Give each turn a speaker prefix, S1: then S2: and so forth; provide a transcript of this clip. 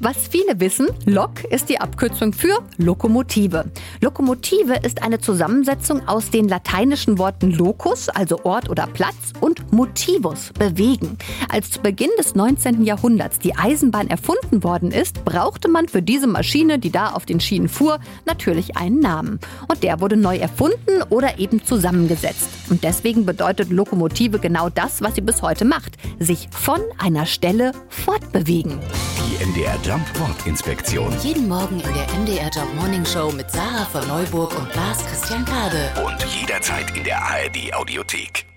S1: Was viele wissen, Lok ist die Abkürzung für Lokomotive. Lokomotive ist eine Zusammensetzung aus den lateinischen Worten locus, also Ort oder Platz, und motivus, bewegen. Als zu Beginn des 19. Jahrhunderts die Eisenbahn erfunden worden ist, brauchte man für diese Maschine, die da auf den Schienen fuhr, natürlich einen Namen. Und der wurde neu erfunden oder eben zusammengesetzt. Und deswegen bedeutet Lokomotive genau das, was sie bis heute macht, sich von einer Stelle fortbewegen.
S2: Die MDR Jump Wortinspektion.
S3: Jeden Morgen in der MDR Job Morning Show mit Sarah von Neuburg und Lars Christian Kade.
S2: Und jederzeit in der ARD Audiothek.